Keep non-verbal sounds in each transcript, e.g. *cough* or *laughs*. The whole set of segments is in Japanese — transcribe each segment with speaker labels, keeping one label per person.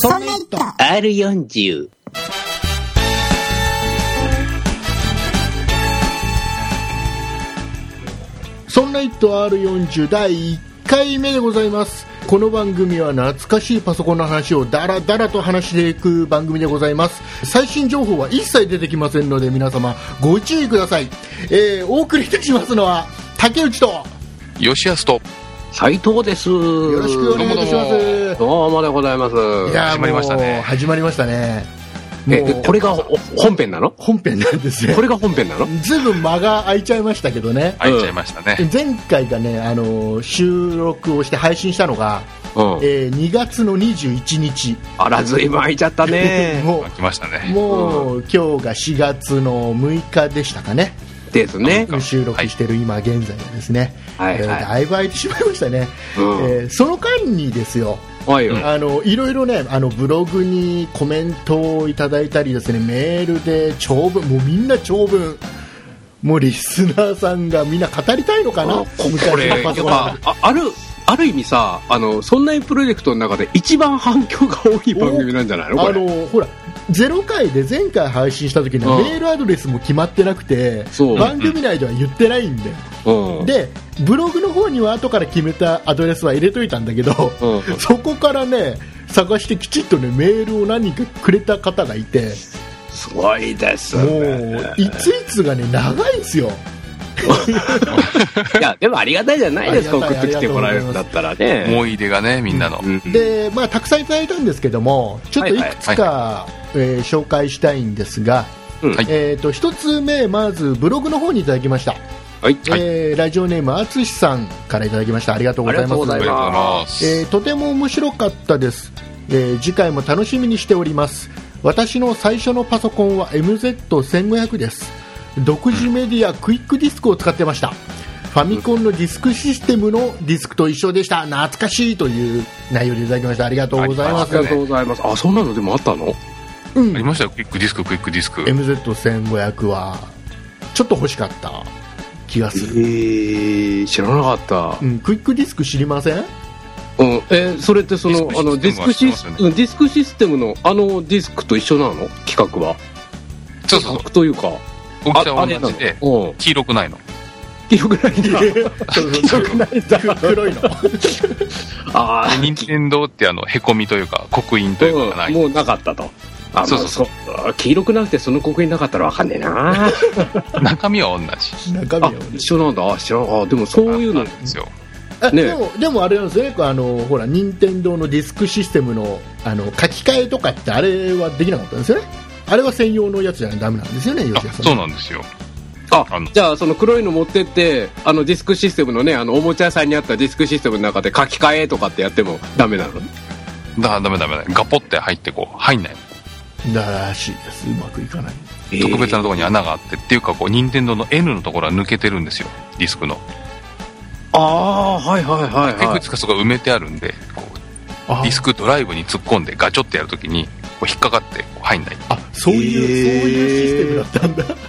Speaker 1: そんな人
Speaker 2: R40。
Speaker 1: そんな一途 R40 第1回目でございます。この番組は懐かしいパソコンの話をダラダラと話していく番組でございます。最新情報は一切出てきませんので皆様ご注意ください。えー、お送りいたしますのは竹内とよ
Speaker 3: 吉安と
Speaker 4: 斉藤です。よ
Speaker 1: ろしくお願いいたします。
Speaker 4: どうもでございます。
Speaker 1: いやー
Speaker 3: 始まりましたね
Speaker 1: もう始まりましたね。
Speaker 4: え
Speaker 1: もう、
Speaker 4: これがほ本編なの
Speaker 1: 本編なんですよ
Speaker 4: こ。れが本編なの
Speaker 1: ずいぶん間が空いちゃいましたけどね。
Speaker 3: 会えちゃいましたね、
Speaker 1: 前回がね、あのー収録をして配信したのが、
Speaker 4: うん。
Speaker 1: えー2月の21日、
Speaker 4: あら、ずいぶん空いちゃったね。
Speaker 1: *laughs* も
Speaker 3: 来ました
Speaker 1: う
Speaker 3: ね
Speaker 1: もう、今日が4月の6日でしたかね、
Speaker 4: ですね。
Speaker 3: うん
Speaker 1: 収録してる今現在がですね、
Speaker 4: はい
Speaker 1: えー
Speaker 4: は
Speaker 1: だいぶ空いてしまいましたね、
Speaker 4: い。うん。
Speaker 1: えーその間にですよ、
Speaker 4: はいよ。
Speaker 1: あのいろいろねあのブログにコメントをいただいたりですねメールで長文もうみんな長文もうリスナーさんがみんな語りたいのかな
Speaker 4: あこ
Speaker 1: 昔の
Speaker 4: これ、やっ
Speaker 1: パソコン
Speaker 4: ぱ、あある、ある意味さ、あの、そんなプロジェクトの中で一番反響が多い番組なんじゃないのこ
Speaker 1: あ
Speaker 4: れ。
Speaker 1: のほら0回で前回配信した時には
Speaker 4: うん
Speaker 1: メールアドレスも決まってなくて
Speaker 4: そう
Speaker 1: 番組内では言ってないんで
Speaker 4: うん。
Speaker 1: でブログの方には後から決めたアドレスは入れといたんだけど
Speaker 4: うん。
Speaker 1: そこからね探してきちっとねメールを何人かくれた方がいて
Speaker 4: すごいです
Speaker 1: も
Speaker 4: ね。
Speaker 1: ういついつがね長いんですよ
Speaker 4: いや、でもありがたいじゃないですか、
Speaker 1: あ
Speaker 4: 送
Speaker 1: り
Speaker 4: っ
Speaker 1: がた
Speaker 4: て
Speaker 1: い
Speaker 4: きてもらえるんだったらね。
Speaker 3: 思い出がねみんなの、
Speaker 4: うん
Speaker 1: で、まあ、たくさんいただいたんですけどもちょっといくつか、えー紹介したいんですが、
Speaker 4: うん
Speaker 3: はい
Speaker 1: えー、と一つ目まずブログの方にいただきました
Speaker 4: はい。
Speaker 3: はい
Speaker 1: えーラジオネームあつしさんからいただきましたありがとうございます
Speaker 4: ありがとうござ
Speaker 3: あ
Speaker 4: い
Speaker 3: りがとうございます、
Speaker 1: えーとても面白かったです、えー次回も楽しみにしております私の最初のパソコンは MZ1500 です独自メディアクイックディスクを使ってましたファミコンのディスクシステムのディスクと一緒でした懐かしいという内容でいただきましたありがとうございま
Speaker 4: あり
Speaker 1: す
Speaker 4: がとうございます。あ、そんなのでもあったの
Speaker 1: うん
Speaker 3: ありましたよクイックディスククイックディスク
Speaker 1: MZ1500 はちょっと欲しかった気が
Speaker 4: え
Speaker 1: する、
Speaker 4: ー、知らなかった
Speaker 1: う。ん、クイックディスク知りません *laughs*
Speaker 4: うん、えーそれってその、あの、ディ
Speaker 3: ディ
Speaker 4: ス
Speaker 3: ス
Speaker 4: ク
Speaker 3: ク
Speaker 4: シ
Speaker 3: シ
Speaker 4: ス
Speaker 3: ス
Speaker 4: テ
Speaker 3: テ
Speaker 4: ム
Speaker 3: ム、
Speaker 4: うんディスクシステムのあのディスクと一緒なの企画は。
Speaker 3: そうそうそう
Speaker 4: 企画というか、
Speaker 3: 大きさは
Speaker 4: な
Speaker 3: 同
Speaker 4: の
Speaker 3: じで
Speaker 4: うん。
Speaker 3: 黄色くないの
Speaker 4: 広くないんだ。 *laughs*
Speaker 1: 黒いの
Speaker 4: ああ、
Speaker 3: 任天堂ってあのへこみというか刻印というかがな
Speaker 4: うん
Speaker 3: い
Speaker 4: もうなかったと。あ、
Speaker 3: そ
Speaker 4: そうう
Speaker 3: そ
Speaker 4: そうう
Speaker 3: そ
Speaker 4: そう。あ黄色くなくてその刻印なかったらわかんねえな
Speaker 3: 中身は同じ
Speaker 1: 中身
Speaker 4: あ
Speaker 1: は、
Speaker 4: 一緒なんだ。あ、知らん。あ、でもそういう
Speaker 3: な
Speaker 4: の
Speaker 3: ん。ですよ
Speaker 1: あ
Speaker 4: ね
Speaker 1: でもでもあれなんですよね、あのほら、任天堂のディスクシステムのあの書き換えとかって、あれはできなかったんですよね、あれは専用のやつじゃないダメなんですよね、
Speaker 3: あ
Speaker 1: 吉田さん。
Speaker 3: そうなんですよ
Speaker 4: あ
Speaker 3: あの、
Speaker 4: じゃあその黒いの持ってって、あのディスクシステムのね、あのおもちゃ屋さんにあったディスクシステムの中で書き換えとかってやってもダメなの
Speaker 3: だダメダメダメガポって入ってこう入んない
Speaker 1: だらしいです、うまくいかない。
Speaker 3: 特別なところに穴があってっていうかこう任天堂の N のところは抜けてるんですよディスクの
Speaker 4: ああー、はいはいはい
Speaker 3: い
Speaker 4: は
Speaker 3: く
Speaker 4: い。
Speaker 3: つかそこ埋めてあるんでこう
Speaker 1: あ
Speaker 3: ディスクドライブに突っ込んでガチョってやるときにこう引っかかってこう入んない
Speaker 1: あそういう、
Speaker 4: へー
Speaker 1: そういうシステムだったんだ、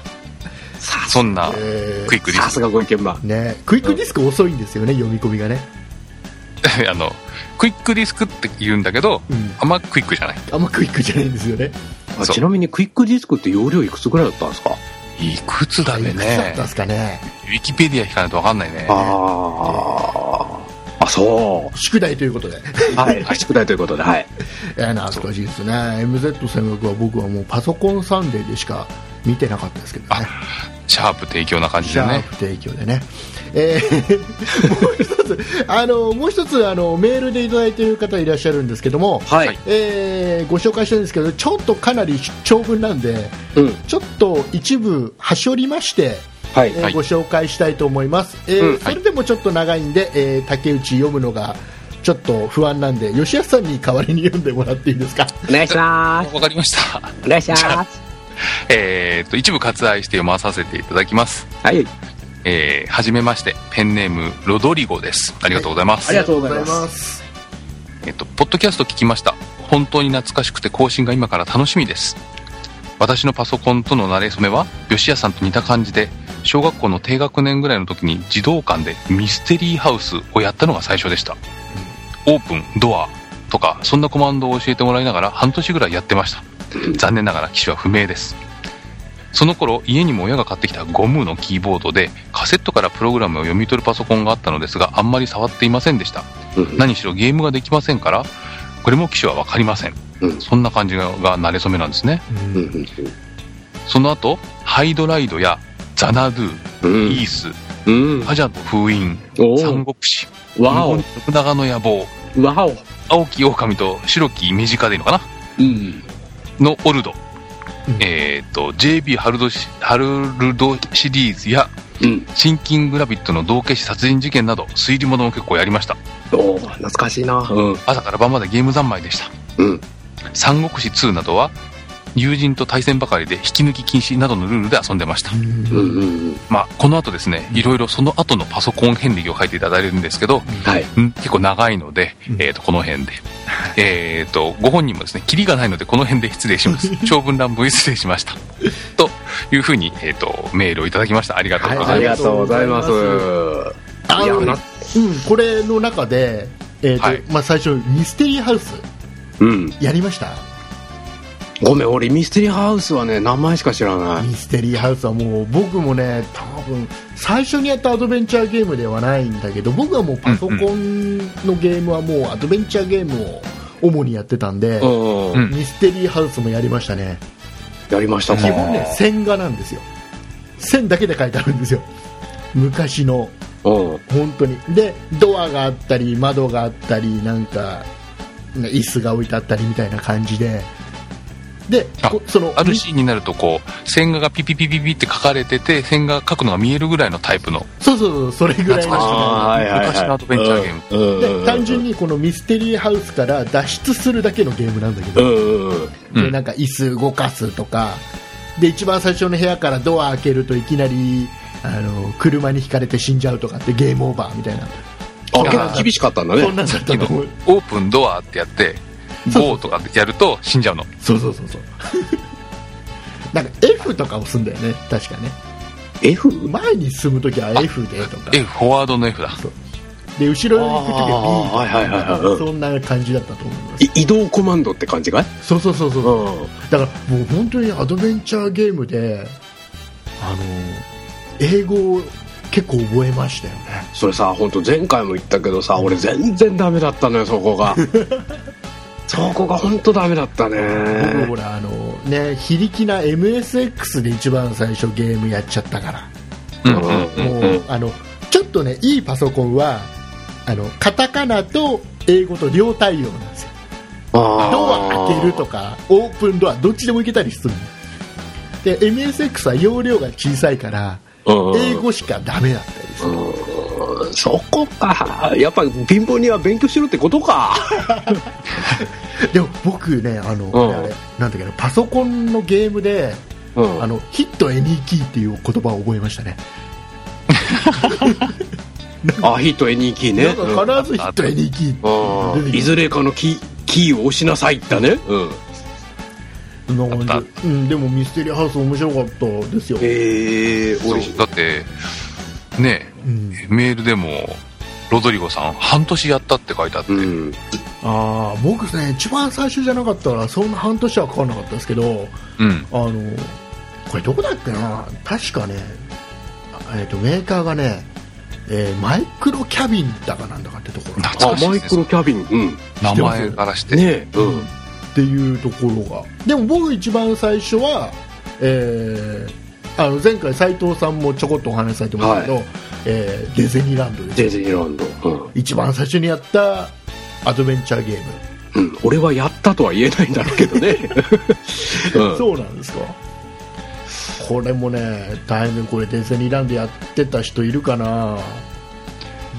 Speaker 3: そんな
Speaker 1: え
Speaker 3: クイックディ
Speaker 4: さ
Speaker 3: ス
Speaker 4: すがご意見番。
Speaker 1: ーね、クイックディスク遅いんですよね、読み込みがね、
Speaker 3: ク *laughs* あのクイックディスクって言うんだけど
Speaker 1: うん、
Speaker 3: あんまクイックじゃない
Speaker 1: あんまクイックじゃないんですよね、
Speaker 4: あ
Speaker 3: そう
Speaker 4: ちなみにクイックディスクって容量いくつぐらいだったんですか
Speaker 3: いくつだ
Speaker 1: い
Speaker 3: ね
Speaker 1: くつだったんですかね、
Speaker 3: ウィキペディア引かないとわかんないね
Speaker 4: ああ、あ、そう。
Speaker 1: 宿題ということで、
Speaker 4: はい。宿題ということで、はい。
Speaker 1: えー、懐かしいですね、MZ1500 は僕はもうパソコンサンデーでしか見てなかったですけどね。
Speaker 3: シャープ提供な感じ
Speaker 1: シ
Speaker 3: で
Speaker 1: ャー
Speaker 3: ね
Speaker 1: プ提供でね、えー *laughs* もう一つあのもう一つあのメールでいただいている方いらっしゃるんですけども、
Speaker 4: はい
Speaker 3: はい。
Speaker 1: えーご紹介したいんですけどちょっとかなり長文なんで
Speaker 4: うん。
Speaker 1: ちょっと一部端折りまして、
Speaker 4: はい
Speaker 1: えー
Speaker 3: はい
Speaker 1: ご紹介したいと思います、えー
Speaker 4: うん
Speaker 1: それでもちょっと長いんで、えー竹内読むのがちょっと不安なんで吉安さんに代わりに読んでもらっていいですか
Speaker 4: お願いします。
Speaker 3: わかりました *laughs*
Speaker 4: お願いします。
Speaker 3: えーっと一部割愛して読まさせていただきます
Speaker 4: はい。
Speaker 3: えーはじめましてペンネームロドリゴですありがとうございます、
Speaker 4: ありがとうございます
Speaker 3: えっと、ポッドキャスト聞きました。本当に懐かしくて更新が今から楽しみです。私のパソコンとの慣れ初めは吉谷さんと似た感じで小学校の低学年ぐらいの時に児童館でミステリーハウスをやったのが最初でしたオープンドアとかそんなコマンドを教えてもらいながら半年ぐらいやってました残念ながら機種は不明ですその頃家にも親が買ってきたゴムのキーボードでカセットからプログラムを読み取るパソコンがあったのですがあんまり触っていませんでした
Speaker 4: うん
Speaker 3: 何しろゲームができませんからこれも機種は分かりません
Speaker 4: うん
Speaker 3: そんな感じがが慣れ初めなんですね
Speaker 4: う
Speaker 1: うん
Speaker 4: ん
Speaker 3: その後ハイドライドやザナドゥ、
Speaker 4: うん
Speaker 3: イース
Speaker 4: うん
Speaker 3: パジャの封印
Speaker 4: お
Speaker 3: 三
Speaker 4: ー
Speaker 3: 国志
Speaker 4: わ
Speaker 3: 日本信長の野望
Speaker 4: おわお
Speaker 3: 青き狼と白き目近でいいのかな
Speaker 4: うん
Speaker 3: のオルド、
Speaker 1: うん
Speaker 3: えっ、と JB ハルドシハルルドシリーズや
Speaker 4: うん
Speaker 3: シンキングラビットの道化師殺人事件など推理物も結構やりました
Speaker 4: おー懐かしいなうん
Speaker 3: 朝から晩までゲーム三昧でした
Speaker 4: うん
Speaker 3: 三国志2などは友人と対戦ばかりで引き抜き禁止などのルールで遊んでました
Speaker 4: うんうんうん
Speaker 3: まあこの後ですねいろいろその後のパソコン遍歴を書いていただいてるんですけど
Speaker 4: はい
Speaker 3: うん結構長いので、
Speaker 1: うん
Speaker 3: えー、とこの辺で、えー、とご本人もですねキリがないのでこの辺で失礼します長文乱文失礼しましたというふうに、えー、とメールをいただきましたありがとうご
Speaker 1: は
Speaker 3: ざ
Speaker 4: あ
Speaker 3: い
Speaker 4: り
Speaker 3: ま
Speaker 4: がとうございます
Speaker 1: ありがとあ
Speaker 4: いや
Speaker 1: の
Speaker 4: な
Speaker 1: うんこれの中で、えーと
Speaker 3: はい
Speaker 1: まあ、最初ミステリーハウス
Speaker 4: うん
Speaker 1: やりました
Speaker 4: ごめん俺ミステリーハウスはね名前しか知らない
Speaker 1: ミステリーハウスはもう僕もね多分最初にやったアドベンチャーゲームではないんだけど僕はもうパソコンのゲームはもうアドベンチャーゲームを主にやってたんで、
Speaker 4: うん
Speaker 3: うん
Speaker 1: ミステリーハウスもやりましたね
Speaker 4: やりましたか
Speaker 1: 基本ね線画なんですよ線だけで書いてあるんですよ昔の
Speaker 4: うん
Speaker 1: 本当にでドアがあったり窓があったりなんかね椅子が置いてあったりみたいな感じでで
Speaker 3: あ
Speaker 1: こその
Speaker 3: あるシーンになるとこう線画がピピピピピって書かれてて線画が書くのが見えるぐらいのタイプの
Speaker 1: そうそうそうそれぐらいの
Speaker 3: 懐かしい
Speaker 4: あーはいはいはい
Speaker 3: 昔のアドベンチャーゲーム
Speaker 4: ム
Speaker 1: で単純にこのミステリーハウスから脱出するだけのゲームなんだけ
Speaker 4: うん
Speaker 1: ど、
Speaker 4: うんうん
Speaker 3: うん
Speaker 1: でなんか椅子動かすとかで一番最初の部屋からドア開けるといきなりあの車にひかれて死んじゃうとかってゲームオーバーみたいな、
Speaker 4: あ結構厳しかったんだ
Speaker 1: そ
Speaker 4: ね
Speaker 1: んなんだったと思う
Speaker 3: オープンドアってやって
Speaker 1: そう
Speaker 3: ゴーとかってやると死んじゃうの
Speaker 1: そうそうそうそう *laughs* なんか F とかをすんだよね確かね
Speaker 4: F?
Speaker 1: 前に進むときは F でとか
Speaker 3: F フォワードの F だ
Speaker 1: で後ろに行くとき
Speaker 4: あーはいはいはいは
Speaker 1: は
Speaker 4: い
Speaker 1: B
Speaker 4: う
Speaker 1: と
Speaker 4: ん
Speaker 1: かそんな感じだったと思います
Speaker 4: い移動コマンドって感じかい
Speaker 1: そうそうそうそう
Speaker 4: う
Speaker 1: そうんだからもう本当にアドベンチャーゲームであの英語を結構覚えましたよね
Speaker 4: それさ本当前回も言ったけどさ俺全然ダメだったのよそこ
Speaker 1: *laughs*
Speaker 4: がそこが本当ダメだった
Speaker 1: 僕
Speaker 4: ね
Speaker 1: ほらあのね非力な MSX で一番最初ゲームやっちゃったから
Speaker 3: うんうんうん
Speaker 1: もうあのちょっとねいいパソコンはあのカタカナと英語と両対応なんですよドア開けるとかオープンドアどっちでもいけたりするので MSX は容量が小さいから英語しかダメだったりする
Speaker 4: うんそこかやっぱ貧乏には勉強しろってこと
Speaker 1: *laughs*
Speaker 4: か
Speaker 1: でも僕ねあの、
Speaker 4: ん
Speaker 1: あれなんだっけなパソコンのゲームで
Speaker 4: うん
Speaker 1: あのヒットエニーキーっていう言葉を覚えましたね
Speaker 4: あヒットエニーキーね
Speaker 1: なんか必ずヒットエニーキーっ
Speaker 4: う
Speaker 1: て
Speaker 4: ん
Speaker 1: 出て
Speaker 4: い
Speaker 1: きて
Speaker 4: ずれかのキーキーを押しなさいだねうん
Speaker 1: なんか
Speaker 3: あっ
Speaker 1: うん、でもミステリーハウス面白かったですよ、
Speaker 4: ええ俺
Speaker 3: そうだってね
Speaker 1: うん、
Speaker 3: メールでもロドリゴさん半年やったって書いてあって、
Speaker 4: うん
Speaker 1: あー僕ね一番最初じゃなかったらそんな半年はかかんなかったですけど
Speaker 3: うん
Speaker 1: あのこれどこだっけな確かね、あえー、とメーカーがね、えーマイクロキャビンだかなんだかってところ
Speaker 4: あ
Speaker 3: 懐かしい
Speaker 4: マイ
Speaker 3: です
Speaker 4: クロ
Speaker 3: ね
Speaker 4: キャビンうん
Speaker 3: 名前からして、
Speaker 4: ねえうん
Speaker 1: っていうところがでも僕一番最初は、えーあの前回斉藤さんもちょこっとお話しされてましたけど、えーディズニーランドです
Speaker 4: ディズニーランドうん
Speaker 1: 一番最初にやったアドベンチャーゲーム、
Speaker 4: うん、俺はやったとは言えないんだろうけどね、 *laughs* うん、
Speaker 1: そうなんですかこれもね大変これディズニーランドやってた人いるかな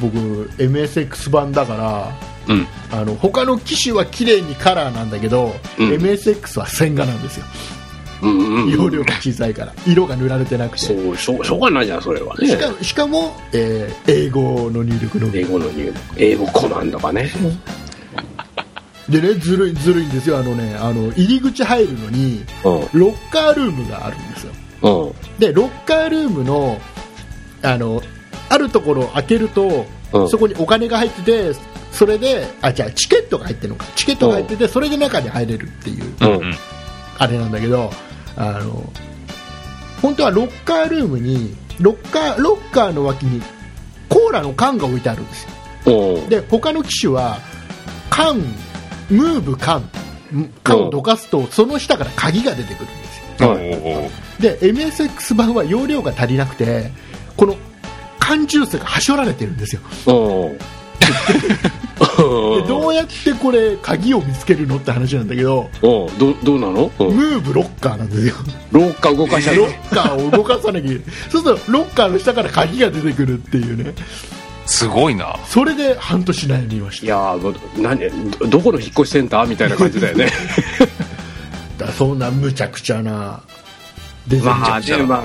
Speaker 1: 僕 MSX 版だから
Speaker 3: うん
Speaker 1: あの他の機種は綺麗にカラーなんだけど、
Speaker 4: うん
Speaker 1: MSX は線画なんですよ
Speaker 4: うんうんうん
Speaker 1: 容量が小さいから色が塗られてなくて
Speaker 4: そうしょうしょうがないじゃんそれはね
Speaker 1: しかしかも、えー英語の入力のみ
Speaker 4: 英語の入力英語コマンドがね
Speaker 1: でねずるいずるいんですよあのねあの入り口入るのに
Speaker 4: うん。
Speaker 1: ロッカールームがあるんですよ
Speaker 4: うん。
Speaker 1: でロッカールームのあのあるところを開けると、
Speaker 4: うん
Speaker 1: そこにお金が入っててそれであじゃあチケットが入ってるのかチケットが入ってて、それで中に入れるっていう
Speaker 4: うん
Speaker 3: うん
Speaker 1: あれなんだけどあの本当はロッカールームにロッカーロッカーの脇にコーラの缶が置いてあるんですよ
Speaker 4: うん。
Speaker 1: で他の機種は缶ムーブ缶缶をどかすとその下から鍵が出てくるんですよ
Speaker 3: お
Speaker 4: は
Speaker 3: ー
Speaker 1: で MSX 版は容量が足りなくてこの缶ジュースが端折られてるんですよ
Speaker 4: うん。
Speaker 1: でどうやってこれ鍵を見つけるのって話なんだけど
Speaker 4: うんうんどどうなの、うん、
Speaker 1: ムーブロッカーなんですよ
Speaker 4: 廊下動かした
Speaker 1: ロ
Speaker 4: の
Speaker 1: ッカーを動かさなきゃいけないそうするとロッカーの下から鍵が出てくるっていうね
Speaker 3: すごいな。
Speaker 1: それで半年悩みまし
Speaker 4: い
Speaker 1: た
Speaker 4: やーご何どどこの引っ越しセンターみたいな感じだよね
Speaker 1: だからそんなむちゃくちゃなデザイン
Speaker 4: *laughs* まあ
Speaker 3: ちゃ
Speaker 4: ね、
Speaker 3: くちゃ
Speaker 4: まあ、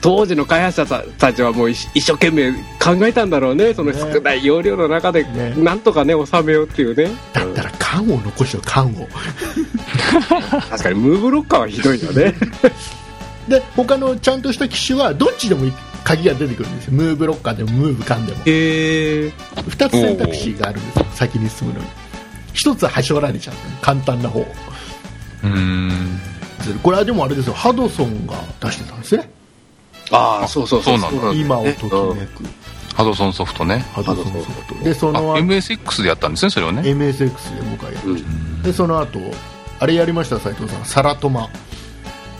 Speaker 4: 当時の開発者さたちはもう一一生懸命考えたんだろうねその
Speaker 1: ね
Speaker 4: 少ない容量の中で
Speaker 1: ね
Speaker 4: なんとかね収めようっていうね
Speaker 1: だったら缶を残しよう缶を
Speaker 4: 確かにムーブロッカーはひどいよね
Speaker 1: で他のちゃんとした機種はどっちでもいい鍵が出てくるんですよムーブロッカーでもムーブ缶でも
Speaker 4: *laughs* へえ
Speaker 1: 2つ選択肢があるんですよ先に進むのに1つは端折られちゃう簡単な方
Speaker 3: うーん。
Speaker 1: これはでもあれですよハドソンが出してたんですね
Speaker 4: ああそうそうそう
Speaker 3: そうなんだ
Speaker 1: 今をときめ
Speaker 4: うん
Speaker 1: く
Speaker 3: ハドソンソフトね。
Speaker 1: ハドソンソフト
Speaker 4: ハドソン
Speaker 1: でそ
Speaker 3: あ、
Speaker 1: の後
Speaker 3: MSX でやったんですね、それをね。
Speaker 1: MSX で僕はやる
Speaker 4: うん
Speaker 1: でその後あれやりました斉藤さんサラトマ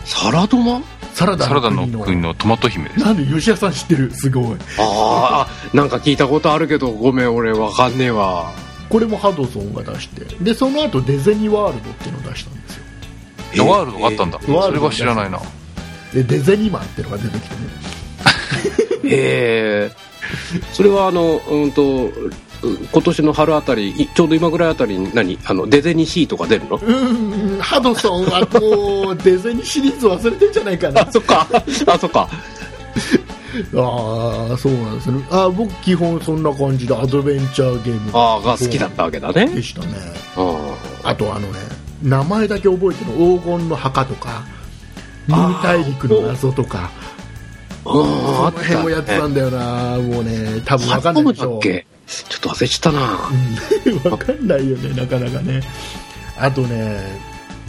Speaker 4: サラドマ
Speaker 1: サラダ
Speaker 3: サラダ
Speaker 1: の
Speaker 3: の国
Speaker 1: 国の
Speaker 3: のトマト姫です。
Speaker 1: なんで吉田さん知ってるすごい
Speaker 4: あーあなんか聞いたことあるけどごめん俺わかんねえ *laughs* わ
Speaker 1: これもハドソンが出してでその後デゼニワールドっていうのを出したんですよ
Speaker 4: えー
Speaker 3: ワールドがあったんだ。
Speaker 1: ー
Speaker 3: それは知らないな。
Speaker 1: でデゼニマンっていうのが出てきてね
Speaker 4: へえそれはあのうんとう今年の春あたりいちょうど今ぐらいあたりに何あのデゼニシーとか出るの
Speaker 1: うーんハドソンはこうデゼニシリーズ忘れてんじゃないかな
Speaker 4: あそっか *laughs* あそっか
Speaker 1: ああそうなんですねあー僕基本そんな感じでアドベンチャーゲーム
Speaker 4: ああが好きだったわけだね
Speaker 1: でしたね
Speaker 4: うん
Speaker 1: あとあのね名前だけ覚えてるの黄金の墓とかニュー大陸の謎とか
Speaker 4: うん
Speaker 1: その辺もやってたんだよな、もうね多分わかんないでし
Speaker 4: だっ
Speaker 1: ょ
Speaker 4: けちょっと忘れちゃったな
Speaker 1: うん *laughs* わかんないよねなかなかねあとね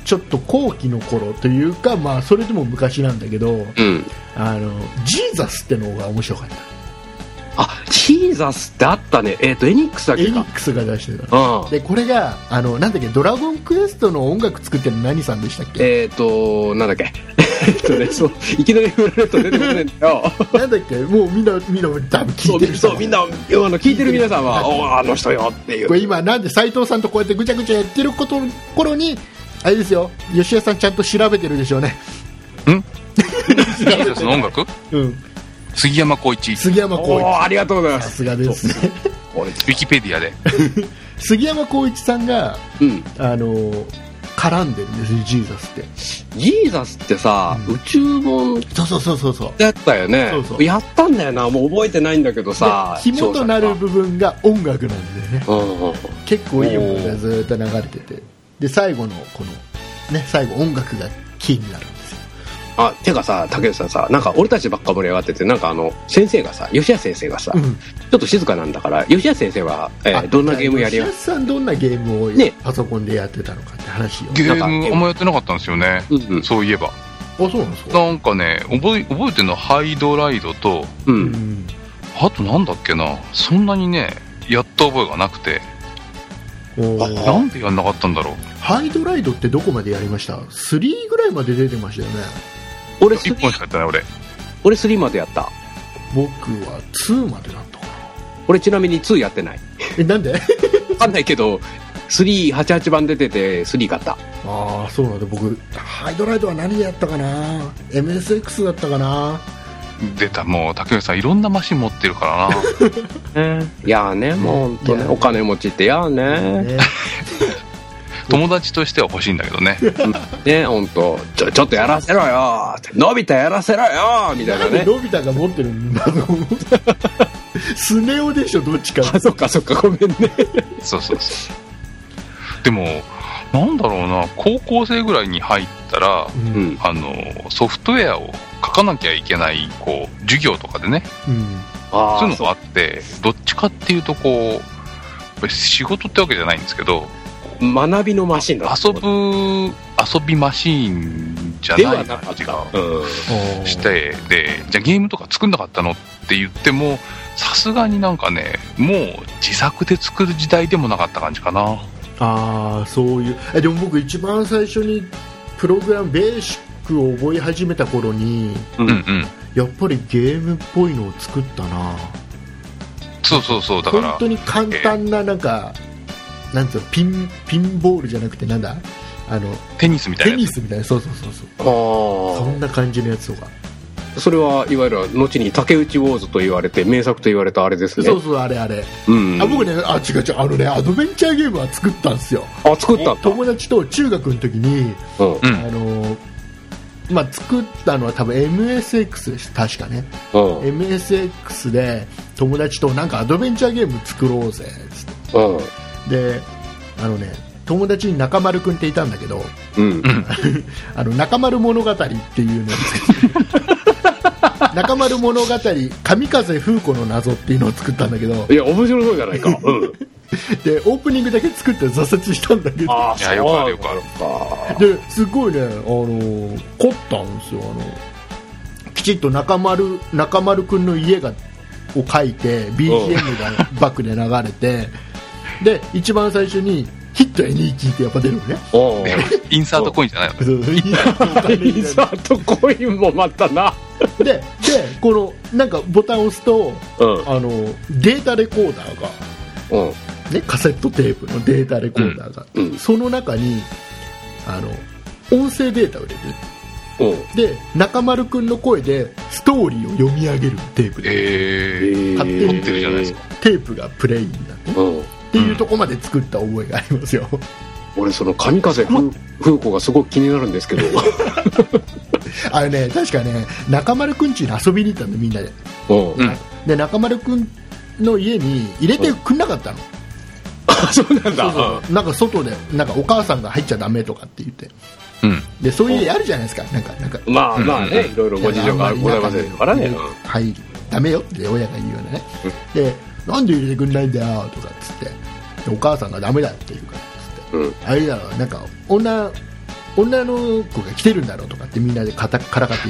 Speaker 1: ちょっと後期の頃というかまあそれでも昔なんだけど
Speaker 4: うん
Speaker 1: あのジーザスってのが面白かった
Speaker 4: あジーザスってあったねえっ、とエニックスだっ
Speaker 1: エ
Speaker 4: け
Speaker 1: ニ
Speaker 4: か
Speaker 1: ックスが出してた
Speaker 4: うん
Speaker 1: でこれがあのなんだっけドラゴンクエストの音楽作ってるの何さんでしたっけ
Speaker 4: えっ、となんだっけ *laughs* えっとねそういきなり振られると出てこないんだよ
Speaker 1: なんだっけもうみんなみんな多分 *laughs* 聞いてる
Speaker 4: そうそうみんなあの聞いてる皆さんは「
Speaker 1: 聞いて
Speaker 4: おーあの人よ」っていう
Speaker 1: これ今なんで斉藤さんとこうやってぐちゃぐちゃやってること頃にあれですよ吉田さんちゃんと調べてるでしょうね
Speaker 3: ジーザスの音 *laughs* 楽
Speaker 1: うん
Speaker 3: 杉山浩一。ウ
Speaker 1: 杉山
Speaker 4: お
Speaker 1: 浩一
Speaker 4: おありがとうございま
Speaker 1: さ
Speaker 4: す
Speaker 1: すがですね
Speaker 3: ィキペディアで。
Speaker 1: 杉山浩一さんが
Speaker 4: うん
Speaker 1: あの絡んでるんですよジーザスって
Speaker 4: ジーザスってさ、
Speaker 1: うん
Speaker 4: 宇宙本
Speaker 1: そうそうそうそうそう
Speaker 4: だったよね
Speaker 1: そうそう
Speaker 4: やったんだよなもう覚えてないんだけどさ
Speaker 1: で紐となる
Speaker 4: 詳
Speaker 1: 部分が音楽なんでね
Speaker 4: 細がうんうん
Speaker 1: 結構いい音楽がずーっと流れててで最後のこのね最後音楽がキーになるんですよ
Speaker 4: あてかさ竹内さんさなんか俺たちばっか盛り上がっててなんかあの先生がさ吉谷先生がさ、
Speaker 1: うん
Speaker 4: ちょっと静かなんだから吉谷先生は、えー
Speaker 1: あ
Speaker 4: どんなゲームやりよ
Speaker 1: 吉田さんどんなゲームを
Speaker 4: ね
Speaker 1: パソコンでやってたのかって話よ、
Speaker 3: ゲームあんまやってなかったんですよね。
Speaker 4: うんうん
Speaker 3: そういえば。
Speaker 1: あそうなんですか、
Speaker 3: なんかね、覚え、覚えてるのはハイドライドと、
Speaker 4: う
Speaker 1: うんん、
Speaker 3: あとなんだっけな、そんなにね、やった覚えがなくて、
Speaker 1: おー
Speaker 3: なんでやんなかったんだろう。
Speaker 1: ハイドライドってどこまでやりました ?3 ぐらいまで出てましたよね
Speaker 4: 俺
Speaker 3: 一本
Speaker 4: 3
Speaker 3: しかやってない俺。
Speaker 4: 俺3までやった
Speaker 1: 僕は2までだったかな
Speaker 4: 俺ちなみに2やってない
Speaker 1: えなんで
Speaker 4: わかんないけど388番出てて3買った
Speaker 1: *laughs* ああそうなんだ僕ハイドライドは何でやったかな MSX だったかな
Speaker 3: 出た、もう、竹内さんいろんなマシン持ってるからな。
Speaker 1: *laughs*
Speaker 4: いやーね、もう本当
Speaker 1: い
Speaker 4: ね、
Speaker 1: や
Speaker 4: お金持ちってやーね。
Speaker 1: *laughs* ね
Speaker 3: 友達としては欲しいんだけどね。
Speaker 4: ね、本当ちょ、ちょっとやらせろよーって、伸びたやらせろよーみたい
Speaker 1: な
Speaker 4: なん
Speaker 1: で
Speaker 4: ね。
Speaker 1: のび太が持ってるんだろうスネ夫でしょどっちか
Speaker 4: あ、そっかそっか、ごめんね。
Speaker 3: そうそうそでもなんだろうな高校生ぐらいに入ったら
Speaker 1: うん
Speaker 4: うん
Speaker 3: あのソフトウェアを書かなきゃいけないこう授業とかでね
Speaker 1: うん
Speaker 4: あー
Speaker 3: そういうのがあってどっちかっていうとこうやっぱり仕事ってわけじゃないんですけど
Speaker 4: 学びのマシンだ
Speaker 3: 遊ぶ遊びマシーンじゃ
Speaker 4: で
Speaker 3: な
Speaker 4: はいなか
Speaker 3: 感
Speaker 4: っ
Speaker 3: じが
Speaker 4: た、うん、
Speaker 3: してでじゃあゲームとか作んなかったのって言ってもさすがになんかねもう自作で作る時代でもなかった感じかな
Speaker 1: ああそういうえでも僕一番最初にプログラムベーシックを覚え始めた頃に
Speaker 3: うんうん
Speaker 1: やっぱりゲームっぽいのを作ったな
Speaker 3: そうそうそうだか
Speaker 1: 本
Speaker 3: ら
Speaker 1: 当に簡単ななんか、なんつうのピンピンボールじゃなくてなんだあの
Speaker 3: テニスみたい
Speaker 1: テ
Speaker 3: なや
Speaker 1: ニ
Speaker 3: つ
Speaker 1: スみたいなそうそうそうそうそん
Speaker 4: あ
Speaker 1: な感じのやつとか
Speaker 4: あそれはいわゆる後に竹内ウォーズと言われて名作と言われたあれですね
Speaker 1: そうそうあれあれ、
Speaker 4: うん、
Speaker 1: あ僕ねあ違う違うあのねアドベンチャーゲームは作ったんですよ
Speaker 4: あ作ったんだ、
Speaker 1: 友達と中学の時に
Speaker 4: うん
Speaker 3: う
Speaker 1: あのまあ、作ったのは多分 MSX です確かね
Speaker 4: うん
Speaker 1: MSX で友達となんかアドベンチャーゲーム作ろうぜつっ
Speaker 4: うん
Speaker 1: てであのね友達に中丸くんっていたんだけど
Speaker 4: うん
Speaker 3: ん
Speaker 1: あの中丸物語っていうのを
Speaker 4: *laughs*
Speaker 1: 作って中丸物語神風風子の謎っていうのを作ったんだけど
Speaker 4: いや面白そうじゃないか、うん、
Speaker 1: でオープニングだけ作って挫折したんだけど
Speaker 4: ああ
Speaker 3: いやよくあるよくある
Speaker 1: ですごいね、あのー凝ったんですよあのきちっと中丸中丸くんの家がを書いて BGM がバックで流れてで一番最初にヒットやニーキーってやっぱ出るのね
Speaker 4: お
Speaker 3: でインサートコインじゃないの
Speaker 1: そうそう
Speaker 4: インサートコインもまたな
Speaker 1: ででこのなんかボタンを押すと
Speaker 4: うん
Speaker 1: あのデータレコーダーが、
Speaker 4: うん
Speaker 1: ね、カセットテープのデータレコーダーが、
Speaker 4: うん
Speaker 1: その中にあの音声データを入れる
Speaker 4: うん
Speaker 1: で中丸くんの声でストーリーを読み上げるテープで、
Speaker 3: えー、
Speaker 1: 勝手に
Speaker 3: 撮ってるじゃないですか
Speaker 1: テープがプレイになって
Speaker 4: うん
Speaker 1: っていうとこまで作った覚えがありますよ、
Speaker 4: 俺その神風風風子がすごく気になるんですけど
Speaker 1: あれね確かね中丸くんちに遊びに行ったんでみんなで
Speaker 4: うん
Speaker 3: うん
Speaker 1: で中丸くんの家に入れてくんなかったの、
Speaker 4: あそうなんだ
Speaker 1: そうそうなんか外でなんかお母さんが入っちゃダメとかって言って
Speaker 3: うん
Speaker 1: でそういう家あるじゃないですかなんかなんか
Speaker 4: まあまあね、
Speaker 3: うん
Speaker 4: いろいろご事情がございませんからね。
Speaker 1: はいダメよって親が言うようなね、でなんで入れてくんないんだよとかっつってでお母さんがダメだって言うからっつって
Speaker 4: うん。
Speaker 1: あれだろなんか女女の子が来てるんだろうとかってみんなでかたからかって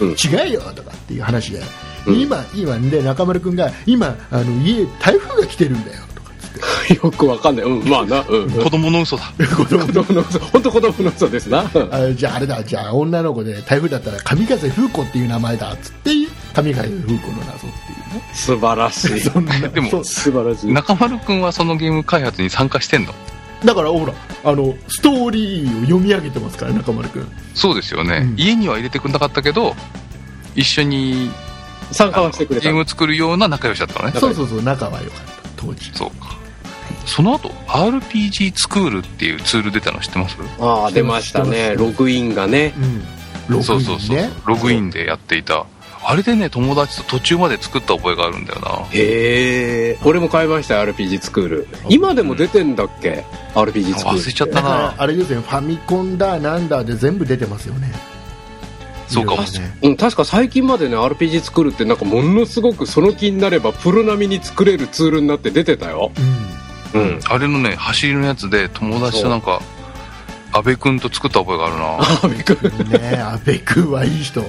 Speaker 1: 言ってた、違うよとかっていう話で、
Speaker 4: うん
Speaker 1: 今今で中丸君が今あの家台風が来てるんだよとかっつって
Speaker 4: よくわかんない。うん、まあな。うん。
Speaker 3: 子供の嘘だ
Speaker 4: *laughs* 子供の嘘。本当子供の嘘ですな。うん
Speaker 1: あじゃああれだじゃあ女の子で台風だったら神風風子っていう名前だっつって神風風子の謎っていうね
Speaker 4: 素晴らしい。
Speaker 1: そんな
Speaker 3: でも
Speaker 1: そう
Speaker 4: 素晴らしい。
Speaker 3: 中丸君はそのゲーム開発に参加してんの
Speaker 1: だからほらあのストーリーを読み上げてますから中丸君
Speaker 3: そうですよね、
Speaker 1: うん
Speaker 3: 家には入れてくれなかったけど一緒に
Speaker 4: 参加はしてくれ
Speaker 3: ゲ
Speaker 4: た
Speaker 3: ー。ム作るような仲良しだったのね
Speaker 4: 仲良
Speaker 1: そ
Speaker 4: いう
Speaker 1: そうそう仲は良かった当時
Speaker 3: そうかその後 RPG スクールっていうツール出たの知ってます
Speaker 4: ああ、出ましたね。ログインがね。
Speaker 1: うんログインね
Speaker 3: そうそうそうログインでやっていたあれでね友達と途中まで作った覚えがあるんだよな
Speaker 4: へえ。俺も買いましたよ RPG スクール。今でも出てんだっけ ?RPG スク
Speaker 3: 忘れ
Speaker 4: ー
Speaker 3: ちゃっ
Speaker 1: だ
Speaker 3: た
Speaker 1: から
Speaker 3: な
Speaker 1: あれですよねファミコンだなんだで全部出てますよね
Speaker 3: そうか
Speaker 1: いろ
Speaker 3: も
Speaker 1: いろね
Speaker 4: ル。うん、確か最近までね RPG スクールってなんかものすごくその気になればプロ並みに作れるツールになって出てたよ。うん。
Speaker 3: あれのね走りのやつで友達となんか阿部君と作った覚えがあるな
Speaker 1: *laughs*
Speaker 4: あ、びっくり。
Speaker 1: うんね
Speaker 3: *laughs*
Speaker 1: え阿部君はいい人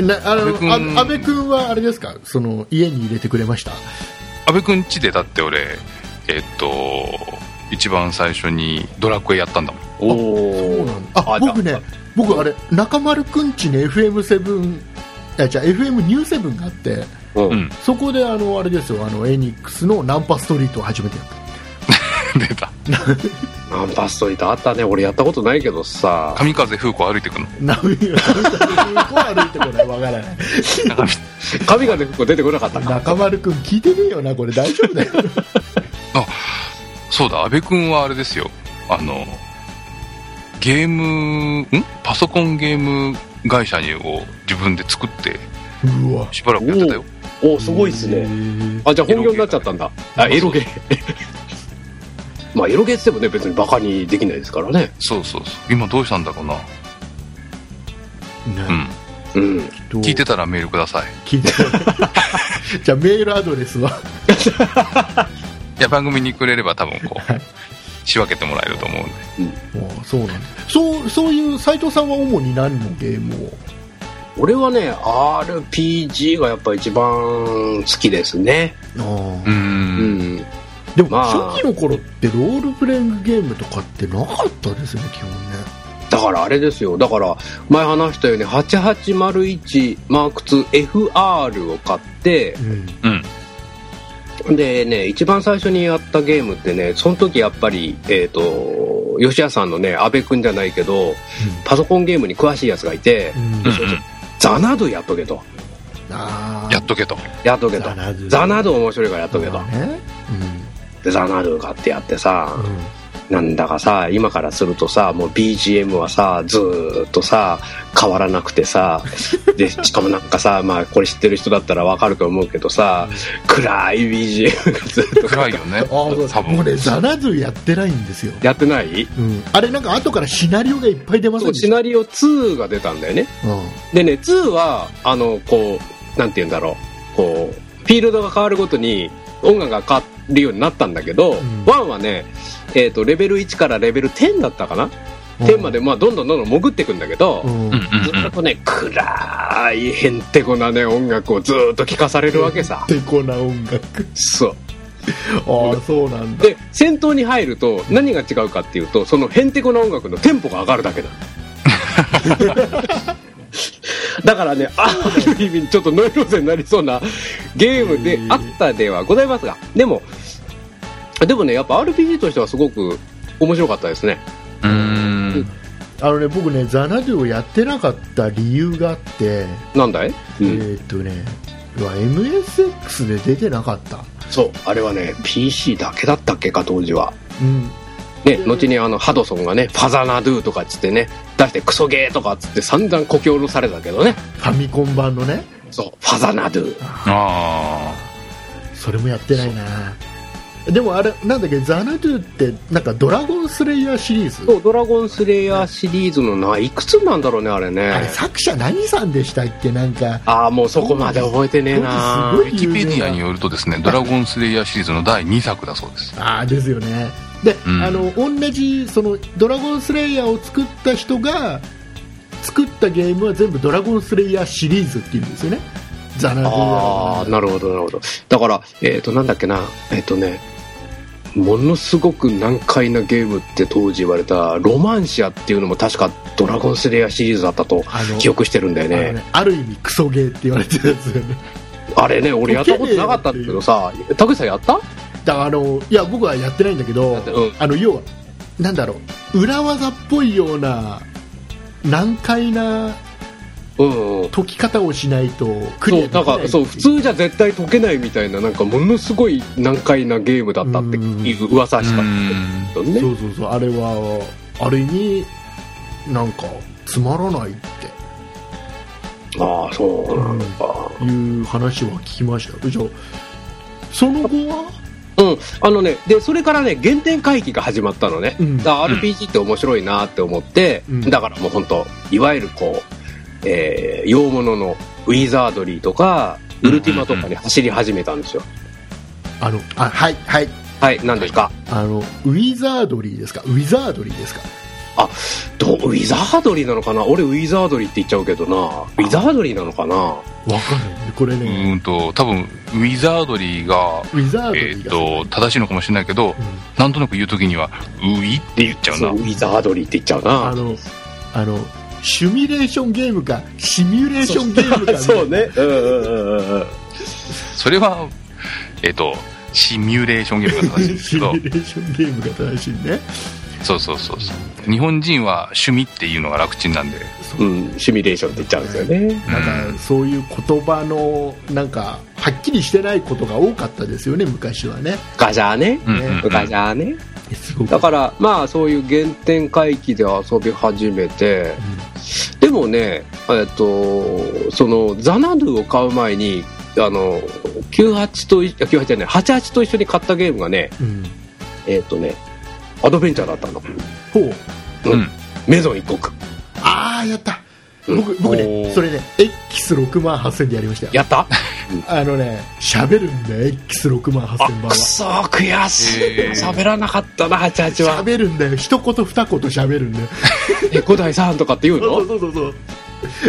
Speaker 1: なあ
Speaker 3: 阿部君
Speaker 1: のあ阿部君はあれですかその家に入れてくれました
Speaker 3: 阿部君家でだって俺えっと一番最初にドラクエやったんだもん *laughs*
Speaker 4: お
Speaker 1: そう
Speaker 4: お
Speaker 1: なんだあ僕ね僕あれ中丸くんちに FM7 あじゃあ FM ニューセブンがあって
Speaker 4: う
Speaker 3: うんん
Speaker 1: そこであのあれですよあのエニックスのナンパストリートを初めてやった
Speaker 3: 出た
Speaker 4: ナンパストリートあったね俺やったことないけどさ
Speaker 3: 神風風子歩いて
Speaker 1: *laughs*
Speaker 3: くの
Speaker 1: ナンパストリートは歩いてこないわからない
Speaker 4: 神がねここ出てこなかったか
Speaker 1: 中丸くん聞いてねえよなこれ大丈夫だ
Speaker 3: *laughs*
Speaker 1: よ
Speaker 3: そうだ、阿部君はあれですよ。あの、ゲーム、んパソコンゲーム会社を自分で作って、
Speaker 1: うわ
Speaker 3: しばらくやってたよ。
Speaker 4: おおすごいっすねあじゃあ本業になっちゃったんだあエロゲー *laughs* まあエロゲーっつってもね別にバカにできないですからね
Speaker 3: そうそうそう今どうしたんだろうなうん
Speaker 4: うん
Speaker 1: どう
Speaker 3: 聞いてたらメールください
Speaker 1: 聞いてじゃあメールアドレスはい
Speaker 3: や番組にくれれば多分こう仕分けてもらえると思うんで
Speaker 1: ああそうなんだそうそういう斎藤さんは主に何のゲームを
Speaker 4: 俺はね RPG がやっぱ一番好きですね
Speaker 1: あ
Speaker 3: う
Speaker 1: あ
Speaker 4: うんん、
Speaker 1: でも、
Speaker 4: まあ
Speaker 1: 初期の頃ってロールプレイングゲームとかってなかったですね基本ね
Speaker 4: だからあれですよだから前話したように 8801M2FR を買って
Speaker 1: うん
Speaker 3: うん
Speaker 4: でね一番最初にやったゲームってねその時やっぱりえっ、と吉谷さんのね阿部君じゃないけどパソコンゲームに詳しいやつがいて
Speaker 1: うん、
Speaker 3: う
Speaker 1: う
Speaker 3: んう
Speaker 1: ん
Speaker 3: ん
Speaker 4: 「ザナドゥやっとけ」と
Speaker 1: ああ
Speaker 3: やっとけと
Speaker 4: 「やっとけ」と
Speaker 1: ザナドゥ
Speaker 4: 「ザナドゥ面白いからやっとけ」と
Speaker 1: まあね
Speaker 4: でザナドゥ買ってやってさ
Speaker 1: うんうん
Speaker 4: なんだかさ今からするとさもう BGM はさずーっとさ変わらなくてさでしかもなんかさまあこれ知ってる人だったらわかると思うけどさ暗い BGM がずっと
Speaker 3: 暗いよ
Speaker 1: *laughs*
Speaker 3: ね
Speaker 1: あそうです
Speaker 3: 多分
Speaker 1: もうねザナズやってないんですよ、
Speaker 4: やってない
Speaker 1: うん、あれなんか後からシナリオがいっぱい出ませ
Speaker 4: そ
Speaker 1: ん
Speaker 4: う
Speaker 1: でし
Speaker 4: シ
Speaker 1: た
Speaker 4: ナリオ2が出たんだよね
Speaker 1: うん
Speaker 4: でね2はあのこうなんて言うんだろうこうフィールドが変わるごとに音楽が変わるようになったんだけど、
Speaker 1: ん
Speaker 4: 1はね、えー、とレベル1からレベル10だったかな、10まで、まあ、どんどんどんどん潜っていくんだけど、
Speaker 1: うん
Speaker 3: うんうん
Speaker 4: ず
Speaker 3: う
Speaker 4: っ
Speaker 3: ん
Speaker 4: とね、暗いへんてこなね音楽をずっと聴かされるわけさ
Speaker 1: てこな音楽
Speaker 4: そ
Speaker 1: ああそうなん
Speaker 4: う
Speaker 1: だ
Speaker 4: で戦闘に入ると何が違うかっていうとそのへんてこな音楽のテンポが上がるだ *laughs* けだだからねある意味ちょっとノイローゼになりそうなゲームであったではございますがでもでもねやっぱ RPG としてはすごく面白かったですね
Speaker 3: うーん
Speaker 1: あのね僕ねザナドゥをやってなかった理由があって、
Speaker 4: なんだい、う
Speaker 1: え
Speaker 4: ん、
Speaker 1: ーっとねうわ MSX で出てなかった
Speaker 4: そうあれはね PC だけだったっけか当時は
Speaker 1: うん
Speaker 4: ね、後にあのハドソンがね「ファザナドゥ」とかっつってね出して「クソゲー」とかっつって散々こき下ろされたけどね
Speaker 1: ファミコン版のね
Speaker 4: そう「ファザナドゥ
Speaker 3: あ
Speaker 1: それもやってないなでもあれなんだっけザナドゥってなんかドラゴンスレイヤーシリー」ズ
Speaker 4: そう「ドラゴンスレイヤー」シリーズのないくつなんだろうねあれ
Speaker 1: あれ
Speaker 4: ね
Speaker 1: 作者何さんでしたっけなんか
Speaker 4: ああもうそこまで覚えてねえな
Speaker 1: すご
Speaker 3: ウ
Speaker 1: い
Speaker 3: ィキペディアによるとですね「ドラゴンスレイヤー」シリーズの第2作だそうです
Speaker 1: ああですよねで、
Speaker 3: うん
Speaker 1: あの同じそのドラゴンスレイヤーを作った人が作ったゲームは全部ドラゴンスレイヤーシリーズっていうんですよねザナドゥ
Speaker 4: ああ
Speaker 1: な
Speaker 4: なるほどなるほどだからえっ、となんだっけなえっ、とねものすごく難解なゲームって当時言われた「ロマンシア」っていうのも確か「ドラゴンスレイヤー」シリーズだったと
Speaker 1: あの
Speaker 4: 記憶してるんだよ
Speaker 1: あの
Speaker 4: ね
Speaker 1: ねある意味クソゲーって言われてるやつよね
Speaker 4: あれね俺やったことなかったんだけどさ拓司さんやった
Speaker 1: だからあのいや僕はやってないんだけど
Speaker 4: うん
Speaker 1: あの要はなんだろう裏技っぽいような難解な
Speaker 4: うんうん
Speaker 1: 解き方をしないとク
Speaker 4: そ
Speaker 1: リア
Speaker 4: う
Speaker 1: できな
Speaker 4: ないんかそう普通じゃ絶対解けないみたいななんかものすごい難解なゲームだったっていう噂
Speaker 3: う
Speaker 4: しか
Speaker 3: ん
Speaker 4: 聞いてないけど
Speaker 1: そ
Speaker 4: ね
Speaker 1: うそうそうあれはある意味なんかつまらないって
Speaker 4: ああそうなんだ
Speaker 1: いう話は聞きましたよじゃあその後は
Speaker 4: うんあのねでそれからね原点回帰が始まったのね
Speaker 1: うん
Speaker 4: だから RPG って面白いなって思って、
Speaker 1: うん
Speaker 4: だからもう本当いわゆるこう、えー洋物のウィザードリーとかウルティマとかに走り始めたんですよ
Speaker 1: あのあはいはい
Speaker 4: はい何ですか
Speaker 1: あのウィザードリーですかウィザードリーですか
Speaker 4: どうウィザードリーなのかな俺ウィザードリーって言っちゃうけどなウィザードリーなのかな
Speaker 1: わかんないこれ
Speaker 3: う
Speaker 1: ね、
Speaker 3: ーんと多分ウィザードリーが
Speaker 1: ウィザード
Speaker 3: え
Speaker 1: リ
Speaker 3: っ
Speaker 1: ーが、
Speaker 3: と正しいのかもしれないけど
Speaker 1: うん
Speaker 3: なんとなく言う時には「ウイ」って言っちゃう
Speaker 4: そう
Speaker 3: な
Speaker 4: ウィザードリーって言っちゃう
Speaker 1: あ
Speaker 4: な
Speaker 1: のあのシミュレーションゲームかシミュレーションゲーム
Speaker 4: *laughs*
Speaker 1: かみたいな
Speaker 4: ねうんうんうんうん
Speaker 3: それはえっ、とシミュレーションゲームが正しいんです
Speaker 1: シミ
Speaker 3: け *laughs* ど
Speaker 1: ュレーションゲームが正しいね
Speaker 3: そうそうそうそう日本人は趣味っていうのが楽ちんなんで
Speaker 4: うんシミュレーションって言っちゃうんですよね
Speaker 1: なんかそういう言葉のなんかはっきりしてないことが多かったですよね昔はね
Speaker 4: ガジャーね
Speaker 3: うんうんうん
Speaker 4: ガジャーね
Speaker 1: すごく
Speaker 4: だからまあそういう原点回帰で遊び始めてでもねえっとそのザナドゥを買う前にあの98とい98じゃない88と一緒に買ったゲームがね
Speaker 1: うん
Speaker 4: えっとねアドベンチャーだったの
Speaker 1: ほう
Speaker 3: うん。
Speaker 4: メゾン一国
Speaker 1: ああやった
Speaker 4: うん
Speaker 1: 僕僕
Speaker 3: お
Speaker 1: ね
Speaker 3: ー
Speaker 1: それね X6 万8000でやりましたよ
Speaker 4: やった
Speaker 1: あのね喋るんだよ X6 万8000番は
Speaker 4: くそー悔しい
Speaker 3: へー
Speaker 4: 喋らなかったな88は
Speaker 1: 喋るんだよ一言二言喋るんだよ
Speaker 4: え五代さんとかって言う
Speaker 1: *laughs* そう
Speaker 4: の
Speaker 1: そうそうそう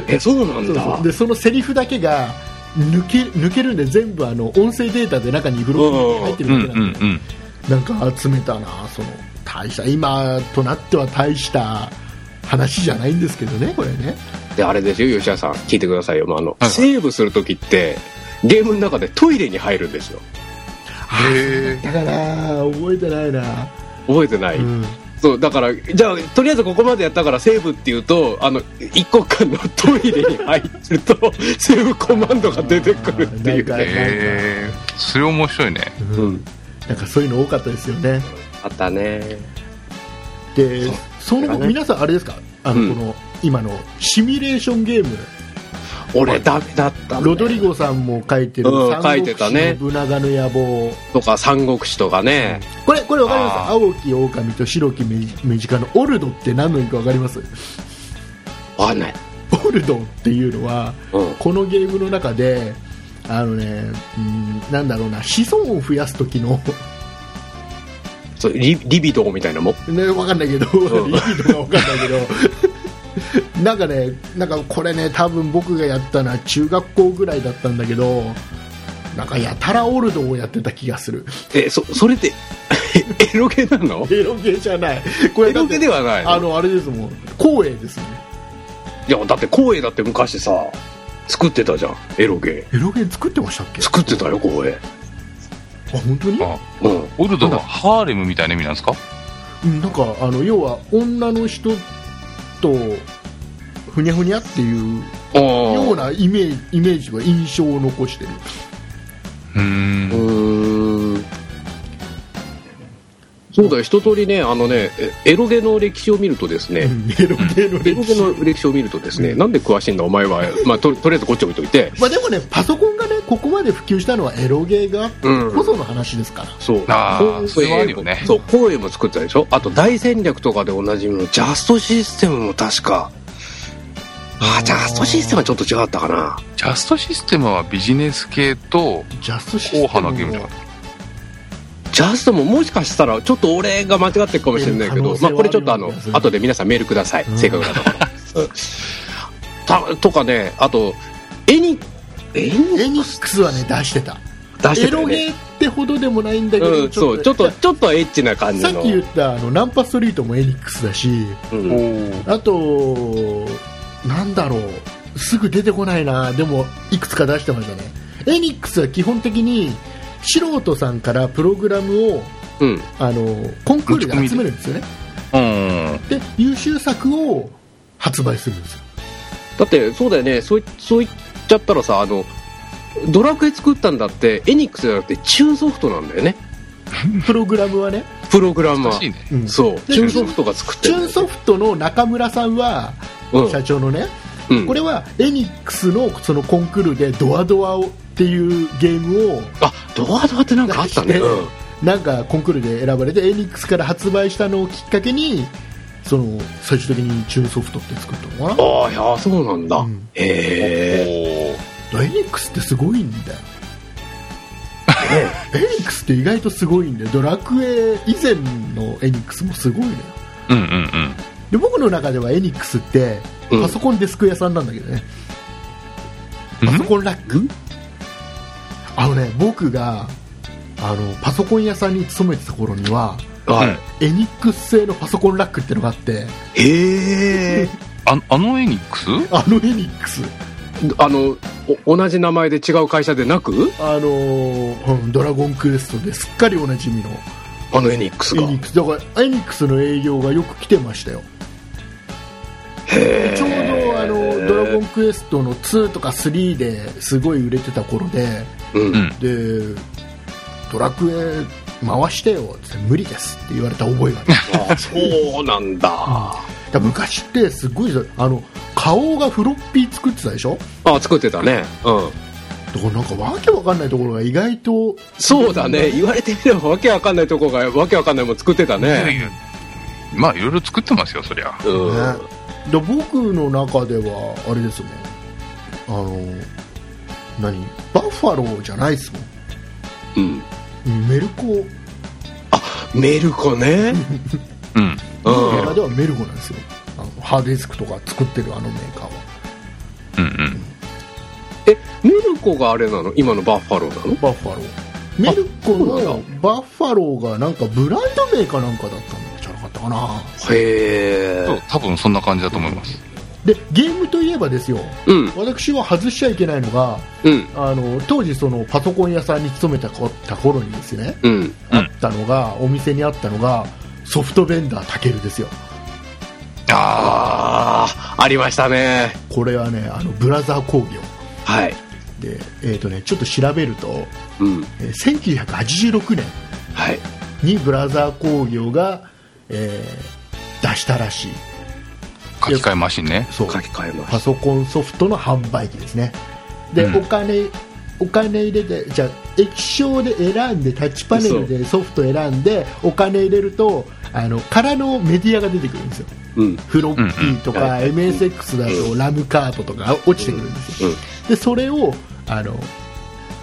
Speaker 4: えそうなん
Speaker 1: そう
Speaker 4: だ
Speaker 1: そうでそのセリフだけが抜け抜けるんで全部あの音声データで中にブロックに入って
Speaker 3: うんう
Speaker 1: るだけなん
Speaker 3: ん
Speaker 1: で、
Speaker 3: うん。
Speaker 1: なんか集めたなその大した今となっては大した話じゃないんですけどねこれね
Speaker 4: であれですよ吉田さん聞いてくださいよ、まあ、あの
Speaker 3: はい
Speaker 4: セーブする時ってゲームの中でトイレに入るんですよ
Speaker 3: へえ。
Speaker 1: だから覚えてないな、
Speaker 4: 覚えてない、
Speaker 1: うん
Speaker 4: そうだからじゃあとりあえずここまでやったからセーブっていうとあの一国間のトイレに入ると *laughs* セーブコマンドが出てくるっていう
Speaker 1: あーなんか
Speaker 4: ね
Speaker 3: へえ。それ面白いね。
Speaker 1: う
Speaker 4: うんん
Speaker 1: なんかそういうの多かったですよね
Speaker 4: あったね
Speaker 1: で
Speaker 4: そう
Speaker 1: その
Speaker 4: だか
Speaker 1: 後、
Speaker 4: らね
Speaker 1: 皆さんあれですかあの、
Speaker 4: うん
Speaker 1: この今のシミュレーションゲーム
Speaker 4: 俺ダメだったんだよ
Speaker 1: ロドリゴさんも書いてる
Speaker 4: うん
Speaker 1: 三国
Speaker 4: 書いてたね
Speaker 1: 志信長の野望
Speaker 4: とか三国志とかね
Speaker 1: これこれわかります
Speaker 3: あー
Speaker 1: 青き狼と白きメジカのオルドって何の意味かわかります
Speaker 4: わかんない
Speaker 1: オルドっていうのは
Speaker 4: うん
Speaker 1: このゲームの中であのね、うん、なんだろうな子孫を増やす時の *laughs*
Speaker 4: そうリリビドーみたいなもん
Speaker 1: ねわかんないけど、
Speaker 4: うん
Speaker 1: 意味とかわかんないけど *laughs* なんかねなんかこれね多分僕がやったのは中学校ぐらいだったんだけどなんかやたらオルドをやってた気がする
Speaker 4: えそそれって *laughs* エロゲなの
Speaker 1: *laughs* エロゲじゃないこ
Speaker 4: エ
Speaker 1: れだ
Speaker 4: ロ
Speaker 1: っ
Speaker 4: ゲ
Speaker 1: て
Speaker 4: ではないの
Speaker 1: あのあれですもん光栄ですね
Speaker 4: いやだって光栄だって昔さ作ってたじゃんエロゲ
Speaker 1: エロゲ作ってましたっけ
Speaker 4: 作ってたよ光栄
Speaker 1: あ本当に
Speaker 3: あ
Speaker 4: うん
Speaker 3: オルドはハーレムみたいな意味なんですか
Speaker 1: うんなんかあの要は女の人とふにゃふにゃっていうようなイメージイメージは印象を
Speaker 4: *laughs*
Speaker 1: 残してる
Speaker 3: うーん。
Speaker 4: んそうだよ一通りねあのねえエロゲの歴史を見るとですね、
Speaker 1: うんエロゲの
Speaker 4: エロ
Speaker 1: 歴
Speaker 4: ゲ
Speaker 1: 史
Speaker 4: の歴史を見るとですね、なんで詳しいんだお前は、まあ、ととりあえずこっち置いといて
Speaker 1: *laughs* まあでもねパソコンがねここまで普及したのはエロゲーがあって
Speaker 4: うん
Speaker 1: こその話ですから、
Speaker 4: そう
Speaker 3: あーそれはあるよね
Speaker 4: そう光栄も作ったでしょあと大戦略とかでおなじみのジャストシステムも確かあージャストシステムはちょっと違ったかな
Speaker 3: ジャストシステムはビジネス系と、
Speaker 1: ジャストシステム
Speaker 3: 硬派なゲームじゃなかっ
Speaker 4: ジャストももしかしたらちょっと俺が間違ってるかもしれないけ
Speaker 1: 可能
Speaker 4: ど、
Speaker 1: 性は
Speaker 4: まあ、これちょっとあ
Speaker 1: あ
Speaker 4: の
Speaker 1: るよね
Speaker 4: 後で皆さんメールください、
Speaker 1: うん
Speaker 4: 正確なところうんたとかねあと絵に絵に
Speaker 1: エニックスはね出してた
Speaker 4: 出して
Speaker 1: エ
Speaker 4: たよ
Speaker 1: ロ
Speaker 4: ね
Speaker 1: ゲーってほどでもないんだけど、
Speaker 4: うん、そうちょっとちょっとエッチな感じ
Speaker 1: さ
Speaker 4: の
Speaker 1: っき言ったあのナンパストリートもエニックスだし
Speaker 4: うん
Speaker 3: た。お
Speaker 1: あと、なんだろう、すぐ出てこないな、でも、いくつか出してましたね。エニックスは基本的に、素人さんからプログラムを、
Speaker 4: うん
Speaker 1: あの、コンクールで集めるんですよね。
Speaker 3: うん。
Speaker 1: で、優秀作を発売するんですよ。
Speaker 4: だってそうだよねそういそう言っちゃったらさあのドラクエ作ったんだってエニックスじゃなくてチューンソフトなんだよね
Speaker 1: プログラムはね。
Speaker 4: プログラマ
Speaker 3: 難しい
Speaker 4: ー
Speaker 3: ね。
Speaker 1: うん
Speaker 4: そう
Speaker 1: で
Speaker 4: チューンソフトが作って
Speaker 1: チ
Speaker 4: る
Speaker 1: ューンソフトの中村さんは、
Speaker 4: うん
Speaker 1: 社長のね、
Speaker 4: うん
Speaker 1: これはエニックスのそのコンクールでドアドアをっていうゲームを、
Speaker 4: あドアドアってなんかあったね、
Speaker 1: 出して
Speaker 4: うん
Speaker 1: なんかコンクールで選ばれてエニックスから発売したのをきっかけにその最終的にチューンソフトって作ったのかな
Speaker 4: ああいやそうなんだ、
Speaker 1: うん
Speaker 4: へえ
Speaker 3: おー
Speaker 1: エニックスってすごいんだよエニックスって意外とすごいんだよドラクエ以前のエニックスもすごいのよ
Speaker 3: うんうんうん。
Speaker 1: で僕の中ではエニックスって
Speaker 4: うん
Speaker 1: パソコンデスク屋さんなんだけどね、
Speaker 3: うん
Speaker 1: パソコンラックあのね僕があのパソコン屋さんに勤めてた頃には
Speaker 4: はい、
Speaker 1: エ
Speaker 3: うん
Speaker 1: ニックス製のパソコンラックってのがあって
Speaker 4: へえ
Speaker 3: ああのエニックス
Speaker 1: あのエニックス
Speaker 4: *laughs* あのお同じ名前で違う会社でなく
Speaker 1: あのーうんドラゴンクエストですっかりおなじみの
Speaker 4: あのエニックスが
Speaker 1: エニックスだからエニックスの営業がよく来てましたよ
Speaker 4: へ
Speaker 1: ちょうどあのドラゴンクエストの2とか3ですごい売れてた頃で
Speaker 4: ン、うん
Speaker 3: うん
Speaker 1: でドラクエ回してよって無理ですって言われた覚えがある
Speaker 4: あそうなんだ
Speaker 1: *laughs*
Speaker 4: あ
Speaker 1: だから昔ってすごいですよあの花王がフロッピー作ってたでしょ
Speaker 4: 作ってたねうん
Speaker 1: だからなんかわけわかんないところが意外と
Speaker 4: そうだね言われてみればわけわかんないとこがわけわかんないもん作ってたね、
Speaker 3: まあいろいろ作ってますよそりゃ
Speaker 4: うん
Speaker 1: ねで僕の中ではあれですねあの何バッファローじゃないですも
Speaker 4: うん
Speaker 1: んメルコ
Speaker 4: メルコね
Speaker 3: う
Speaker 4: う
Speaker 3: ん
Speaker 1: メーカー
Speaker 4: ん
Speaker 1: ではメルコなんですよあのハードディスクとか作ってるあのメーカーは
Speaker 3: うんうん
Speaker 4: えメルコがあれなの今のバッファローなの
Speaker 1: バッファローメルコ
Speaker 4: そうな
Speaker 1: の
Speaker 4: ん
Speaker 1: バッファローがなんかブランド名かなんかだったんじゃなかったかな
Speaker 4: へ
Speaker 3: そう
Speaker 4: え
Speaker 3: 多分そんな感じだと思います
Speaker 1: でゲームといえばですよ
Speaker 4: うん
Speaker 1: 私は外しちゃいけないのが
Speaker 4: うん
Speaker 1: あの当時そのパソコン屋さんに勤めたこた頃にですね
Speaker 4: うん
Speaker 3: うん
Speaker 1: あったのが、お店にあったのがソフトベンダーたけるですよ
Speaker 3: あ
Speaker 4: ああありましたね
Speaker 1: これはねあのブラザー工業
Speaker 4: はい
Speaker 1: で、えーとね、ちょっと調べると、
Speaker 4: うん
Speaker 1: えー1986年
Speaker 4: はい
Speaker 1: にブラザー工業が、えー出したらしい
Speaker 3: あ書き換えマシンね
Speaker 1: そう
Speaker 4: 書き換えま
Speaker 1: パ
Speaker 4: す
Speaker 1: ソコンソフトの販売機ですねで、
Speaker 3: うん
Speaker 1: お金お金入れてじゃあ液晶で選んでタッチパネルでソフト選んでお金入れるとあの空のメディアが出てくるんですよ
Speaker 4: うん
Speaker 1: フロッキーとか
Speaker 4: うんうん
Speaker 1: MSX だとラムカードとか落ちてくるんですよでそれをあの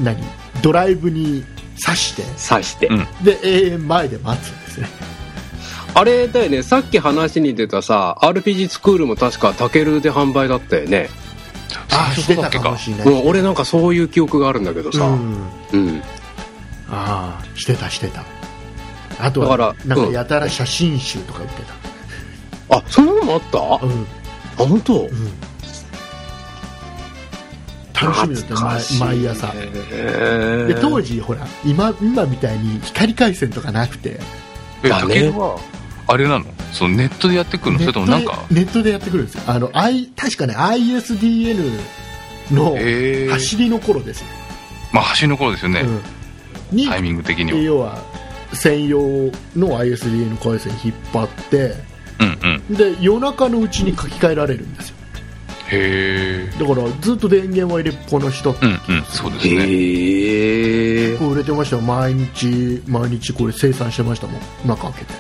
Speaker 1: 何ドライブに挿して
Speaker 4: 刺して、
Speaker 3: うん
Speaker 1: で永遠前で待つんですね
Speaker 4: あれだよねさっき話に出たさ RPG スクールも確かタケルで販売だったよね、
Speaker 1: あ
Speaker 3: 最
Speaker 1: して
Speaker 3: 初そうだ
Speaker 1: た
Speaker 3: っけ
Speaker 1: か
Speaker 3: か
Speaker 1: もしれない
Speaker 4: うん、俺なんかそういう記憶があるんだけどさ、
Speaker 1: うん
Speaker 4: うん、
Speaker 1: ああしてたしてたあと
Speaker 4: だ
Speaker 1: は
Speaker 4: から
Speaker 1: なんか
Speaker 4: うん
Speaker 1: やたら写真集とか売って
Speaker 4: あそんなのもあった
Speaker 1: た、
Speaker 4: あ
Speaker 1: うんうん、
Speaker 4: 本当
Speaker 1: 楽しみだった
Speaker 4: 懐か
Speaker 1: 毎
Speaker 4: しい
Speaker 1: 毎朝
Speaker 4: へ
Speaker 1: で
Speaker 4: ー
Speaker 1: 当時ほら今今みたいに光回線とかなくて
Speaker 3: え
Speaker 4: だね
Speaker 3: タケルはあれなのそのネットでやってくるのそれともなんか
Speaker 1: ネットでネットでやってくるんですよあの、I、確かね ISDN の
Speaker 3: ええ
Speaker 1: 走りの頃ですよ、
Speaker 3: まあ走りの頃ですよね、
Speaker 1: うん、に
Speaker 3: タイミング的には
Speaker 1: 要は専用の ISDN 回線引っ張って
Speaker 3: うんうん
Speaker 1: で夜中のうちに書き換えられるんですよ
Speaker 3: へえ
Speaker 1: だからずっと電源は入れっぱなしだった
Speaker 3: うんうんそうですね
Speaker 4: へえ
Speaker 1: これ売れてましたよ毎日毎日これ生産してましたもん中開けて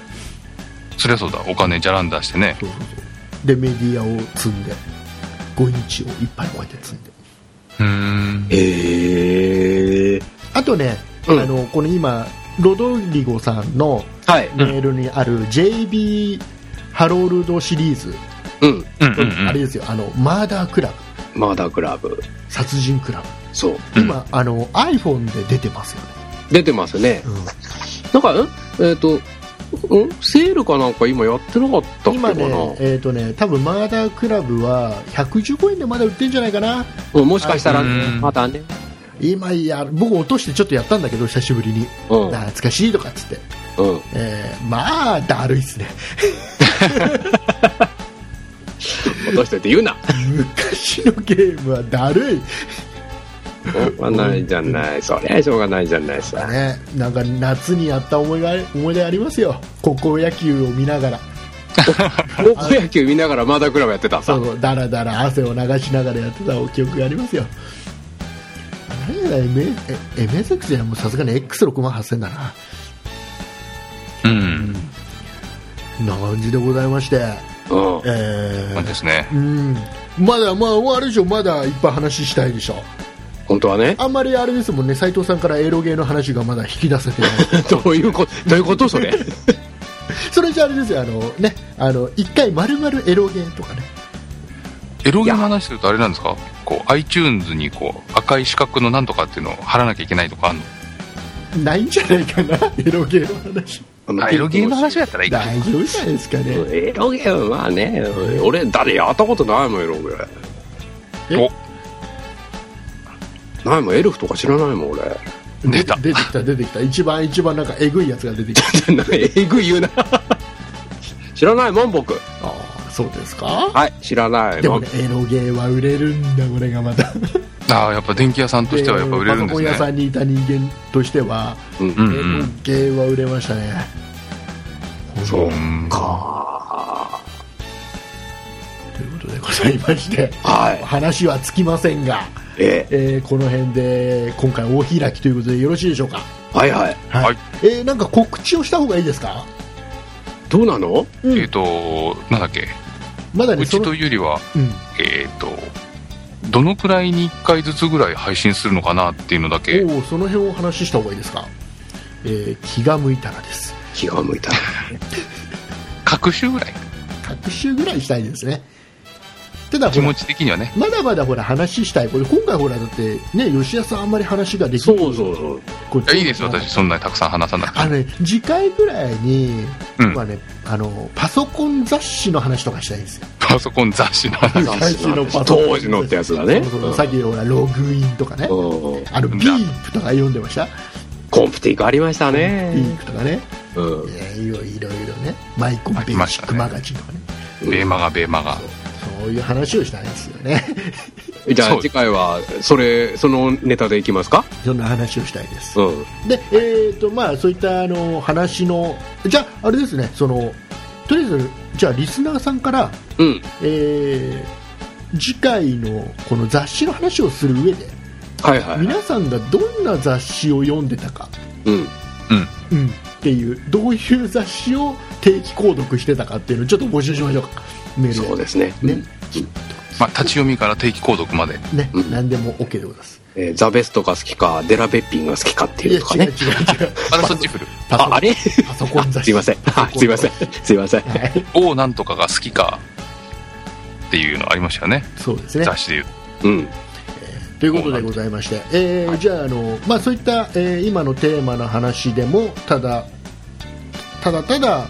Speaker 3: そりゃそうだお金じゃらん出してね
Speaker 1: そうそうそうでメディアを積んで5インチをいっぱいこうやって積んで
Speaker 3: うーん
Speaker 4: へえ
Speaker 1: あとね、
Speaker 4: うん
Speaker 1: あのこの今ロドリゴさんの
Speaker 4: はい
Speaker 1: メールにある JB ハロルドシリーズ、
Speaker 4: うん
Speaker 3: うんうんうん
Speaker 1: あれですよあのマーダークラブ
Speaker 4: マーダークラブ
Speaker 1: 殺人クラ
Speaker 4: そう
Speaker 1: ブ今、あの iPhone で出てますよね、
Speaker 4: 出てますねなんかんえっ、とんセールかなんか今やってなかったっけかな、
Speaker 1: 今ねえっ、とね多分マーダークラブは115円でまだ売ってるんじゃないかな
Speaker 4: うんもしかしたら
Speaker 3: うん
Speaker 4: またね
Speaker 1: 今や僕落としてちょっとやったんだけど久しぶりに
Speaker 4: うんうん
Speaker 1: 懐かしいとかっつって、えーまあだるいっすね *laughs*
Speaker 4: 落としといて言うな
Speaker 1: 昔のゲームはだるい
Speaker 4: しょうがないじゃないそれしょうがないじゃないさ
Speaker 1: ねなんか夏にやった思いが思い出ありますよ高校野球を見ながら
Speaker 4: 高校野球見ながらマダークラブやってたさ
Speaker 1: そうそうだらだら汗を流しながらやってた記憶がありますよ何やら M- え MSX じゃないもうさすがに X6 万8000だな
Speaker 3: うん
Speaker 1: な感じでございまして
Speaker 4: うん
Speaker 1: え
Speaker 3: まあ
Speaker 1: ー
Speaker 3: ですね
Speaker 1: うんまだまああれでしょまだいっぱい話したいでしょ
Speaker 4: 本当はね
Speaker 1: あんまりあれですもんね斉藤さんからエロゲーの話がまだ引き出せてない
Speaker 4: どういうことどういうことそれ
Speaker 1: それじゃあれですよあのねあの一回まるまるエロゲーとかね
Speaker 3: エロゲの話するとあれなんですかこう iTunes にこう赤い四角のなんとかっていうのを貼らなきゃいけないとかあんの
Speaker 1: ないんじゃないかな *laughs* エロゲーの話
Speaker 3: *laughs* あエロゲーの話をやったらいいか
Speaker 1: 大丈夫じゃないですかね
Speaker 4: エロゲーまあね俺だってやったことないもんエロゲー
Speaker 1: え
Speaker 4: ないもんエルフとか知らないもん俺
Speaker 3: 出た
Speaker 1: 出てきた出てきた一番一番なんかエグいやつが出てきた
Speaker 4: えぐい言うな *laughs* 知らないもん僕
Speaker 1: ああそうですか
Speaker 4: はい知らない
Speaker 1: で
Speaker 4: も
Speaker 1: も
Speaker 4: ん
Speaker 1: ねエロゲーは売れるんだこれがまた
Speaker 3: ああやっぱ電気屋さんとしてはやっぱ売れるんです
Speaker 1: でパソコン屋さ
Speaker 3: ね
Speaker 1: んにいた人間としては、
Speaker 4: うん
Speaker 3: うん
Speaker 1: エ
Speaker 3: う
Speaker 1: ロ
Speaker 3: ん
Speaker 1: ゲーは売れましたね
Speaker 4: そう
Speaker 3: うん
Speaker 4: か
Speaker 1: ということでございまして
Speaker 4: はい
Speaker 1: 話はつきませんが
Speaker 4: え
Speaker 1: えーこの辺で今回大開きということでよろしいでしょうか、
Speaker 4: はいはい
Speaker 1: はい
Speaker 3: はい
Speaker 1: えーなんか告知をした方がいいですか、
Speaker 4: どうなの
Speaker 1: うん
Speaker 3: えっ、と、なんだっけ、
Speaker 1: まだね
Speaker 3: うち
Speaker 1: そ
Speaker 3: と
Speaker 1: の
Speaker 3: いうよりは、
Speaker 1: うん
Speaker 3: えっ、と、どのくらいに1回ずつぐらい配信するのかなっていうのだけ、
Speaker 1: おうその辺をお話しした方がいいですか、えー気が向いたらです
Speaker 4: 気が向いた
Speaker 3: 各週ぐらい、
Speaker 1: 各週ぐらいしたいですねただ
Speaker 3: 気
Speaker 1: ほら
Speaker 3: 持ち的にはね。
Speaker 1: まだまだほら話したいこれ今回ほらだってね吉田さんあんまり話ができない
Speaker 4: そうそう
Speaker 1: こ
Speaker 3: いや
Speaker 1: れ
Speaker 3: いいですよ、私、そんなにたくさん話さな *laughs* くて。
Speaker 1: あのね次回ぐらいに、
Speaker 3: うん
Speaker 1: まあね、あのパソコン雑誌の話とかしたいんですよ
Speaker 3: パソコン雑誌の話。
Speaker 4: 雑誌の
Speaker 1: パソコン
Speaker 4: 当時のってやつだね
Speaker 1: そうそうさっきほらログインとかね、
Speaker 4: うんうん
Speaker 1: あのビープとか読んでました、
Speaker 4: コンプティックありました
Speaker 1: ビー
Speaker 4: ね
Speaker 1: プとかね、
Speaker 4: うん
Speaker 1: いやいろいろいろね、マイコンベーシックマガジンとかね、
Speaker 3: ベーマがベーマが。
Speaker 1: そういう話をしたいんですよね、 *laughs*
Speaker 4: じゃ
Speaker 3: そ
Speaker 4: あ
Speaker 3: う
Speaker 4: 次回はそれそのネタでいきますか
Speaker 1: そんな話をしたいです。
Speaker 4: うん
Speaker 1: で、えーとまあ、そういったあの話の、じゃあ、あれですね、そのとりあえず、じゃあ、リスナーさんから、
Speaker 4: うん
Speaker 1: えー次回のこの雑誌の話をする上で、
Speaker 4: はいはいはい
Speaker 1: 皆さんがどんな雑誌を読んでたか、
Speaker 4: うん
Speaker 1: うん、っていう、どういう雑誌を定期購読してたかっていうのをちょっと募集しましょうか、メール
Speaker 4: そうですね
Speaker 1: ね
Speaker 3: まあ、立ち読みから定期購読まで。
Speaker 1: ね、
Speaker 4: うん
Speaker 1: 何でも OK でございます。
Speaker 4: えーザベストが好きかデラベッピンが好きかって
Speaker 1: い
Speaker 4: い
Speaker 1: や、
Speaker 4: うとか
Speaker 1: 違う違
Speaker 4: ね
Speaker 1: う違
Speaker 4: *laughs*
Speaker 1: う。
Speaker 3: またそっち振る。
Speaker 1: パソコン
Speaker 4: ああれ
Speaker 1: パソコン雑誌。
Speaker 4: すい *laughs* ませんあすいませんすいません
Speaker 1: はい。
Speaker 3: おなんとかが好きかっていうのありましたよね。
Speaker 1: そうですね。
Speaker 3: 雑誌で言
Speaker 4: う
Speaker 3: う。
Speaker 4: ん
Speaker 1: ということでございまして、えーじゃあ、あの、まあ、そういった、えー今のテーマの話でも、ただ、ただただ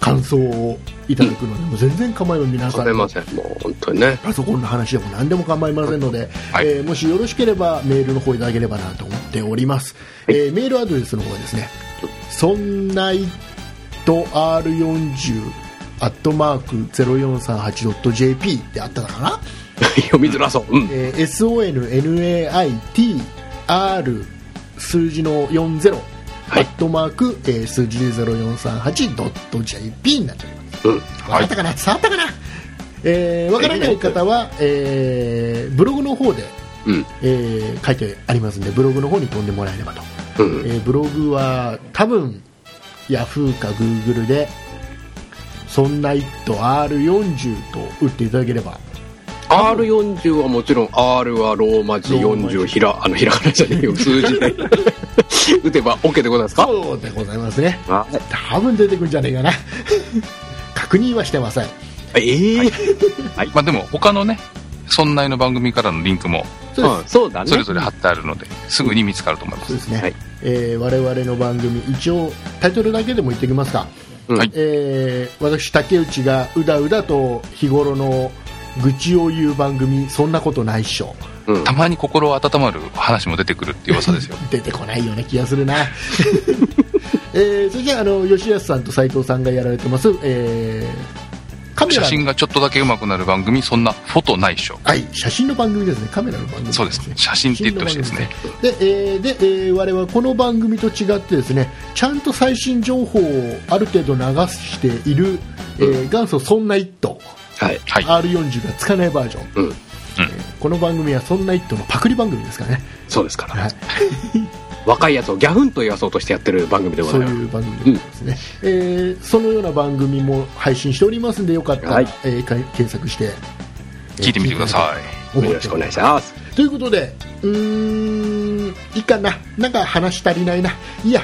Speaker 1: 感想をいただくのでも全然構いません皆さ
Speaker 4: 食べ
Speaker 1: ん
Speaker 4: ま
Speaker 1: の
Speaker 4: せんもう本当 *laughs* にね
Speaker 1: パソコンの話でも何でも構いませんので、
Speaker 3: はい
Speaker 1: えーもしよろしければメールの方いただければなと思っております、
Speaker 4: はい
Speaker 1: えーメールアドレスの方はですねそんないと R40 アットマーク 0438.jp ってあったかな、
Speaker 4: 読みづらそううん
Speaker 1: えー SONNAITR 数字の40、
Speaker 4: はい
Speaker 1: アットマーク、えー数字で 0438.jp になっております
Speaker 4: うん
Speaker 1: 分かったかな、伝わったかな、えー、分からない方は、えーブログの方で、
Speaker 4: うん
Speaker 1: えー書いてありますんでブログの方に飛んでもらえればと、
Speaker 4: うん
Speaker 1: えーブログは多分ヤフーかグーグルで「そんな一途 R40」と打っていただければ
Speaker 4: R40 はもちろん R はローマ字
Speaker 1: ローマ字
Speaker 4: 40ひらあのひらがなじゃねえよ数字 *laughs* で打てば OK でございますか
Speaker 1: そうでございますね
Speaker 4: あ
Speaker 1: 多分出てくるんじゃねえかな *laughs* 確認はしてません
Speaker 4: ええ
Speaker 3: まあでも他のね、そんなの番組からのリンクも
Speaker 1: そうです
Speaker 4: うんそうだね
Speaker 3: それぞれ貼ってあるので、すぐに見つかると思いま
Speaker 1: そうです
Speaker 3: す。
Speaker 1: ね、
Speaker 4: はい
Speaker 1: えー我々の番組一応タイトルだけでも言ってきますか、
Speaker 4: うん
Speaker 3: はい
Speaker 1: えー私竹内がうだうだと日頃の愚痴を言う番組「そんなことないっしょ
Speaker 4: うん
Speaker 3: たまに心温まる話も出てくるっていう噂ですよ。」
Speaker 1: 出てこ *laughs* ないような気がする
Speaker 3: *laughs*
Speaker 1: な *laughs* えーそれじゃああの吉安さんと斉藤さんがやられてます、えーカメラの
Speaker 3: 写真がちょっとだけ上手くなる番組、そんなフォトないっしょ。
Speaker 1: はい、写真の番組ですねカメラの番組、
Speaker 3: そうです。写真って言ってほしいですね。
Speaker 1: で、えーで、えー我々はこの番組と違ってですねちゃんと最新情報をある程度流している、えー元祖そんな一途
Speaker 4: はい
Speaker 3: はい。
Speaker 1: R40 がつかないバージョン、
Speaker 4: うん
Speaker 1: この番組はそんな一途のパクリ番組ですからね、
Speaker 4: そうですから
Speaker 1: はい、
Speaker 4: 若いやつをギャフンと言わそうとしてやってる番組でござ
Speaker 1: そ
Speaker 4: いうます
Speaker 1: いう番組ですね、えーそのような番組も配信しておりますんでよかったら、
Speaker 4: はい
Speaker 1: えーか検索して
Speaker 3: 聞いてみてくださ
Speaker 1: い
Speaker 4: よろしくお願いします
Speaker 1: ということでうーんいいかななんか話足りないないいや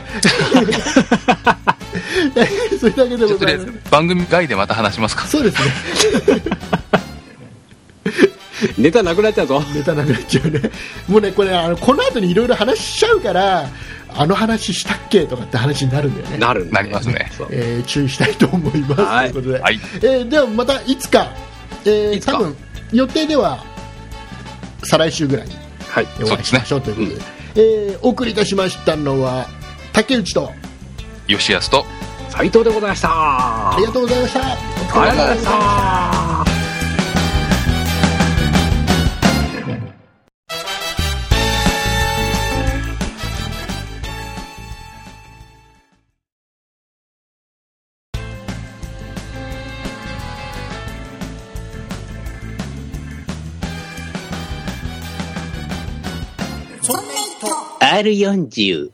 Speaker 1: *laughs* それだけで
Speaker 3: じゃ
Speaker 1: ご
Speaker 3: あと
Speaker 1: ざい
Speaker 3: りあえ
Speaker 1: ます
Speaker 3: ず番組外でまた話しますか。
Speaker 1: そうですね
Speaker 4: ネタなくなっちゃうぞ
Speaker 1: ネタなくなっちゃうねもうねこれあのこの後にいろいろ話しちゃうからあの話したっけとかって話になるんだよね
Speaker 4: なるんだ
Speaker 3: なりますね
Speaker 4: そう
Speaker 1: えー注意したいと思います、
Speaker 4: はい
Speaker 1: ということで、
Speaker 3: はい。
Speaker 1: えーではまたいつか,、えー
Speaker 4: いつか
Speaker 1: 多分予定では再来週ぐらいに
Speaker 4: はい
Speaker 1: お会いしましょうということでえーお送りいたしましたのは竹内と
Speaker 3: 吉安と、
Speaker 4: 斉藤でございました
Speaker 1: あ
Speaker 4: あ
Speaker 1: りがとうございました
Speaker 4: りがとうございました
Speaker 5: R40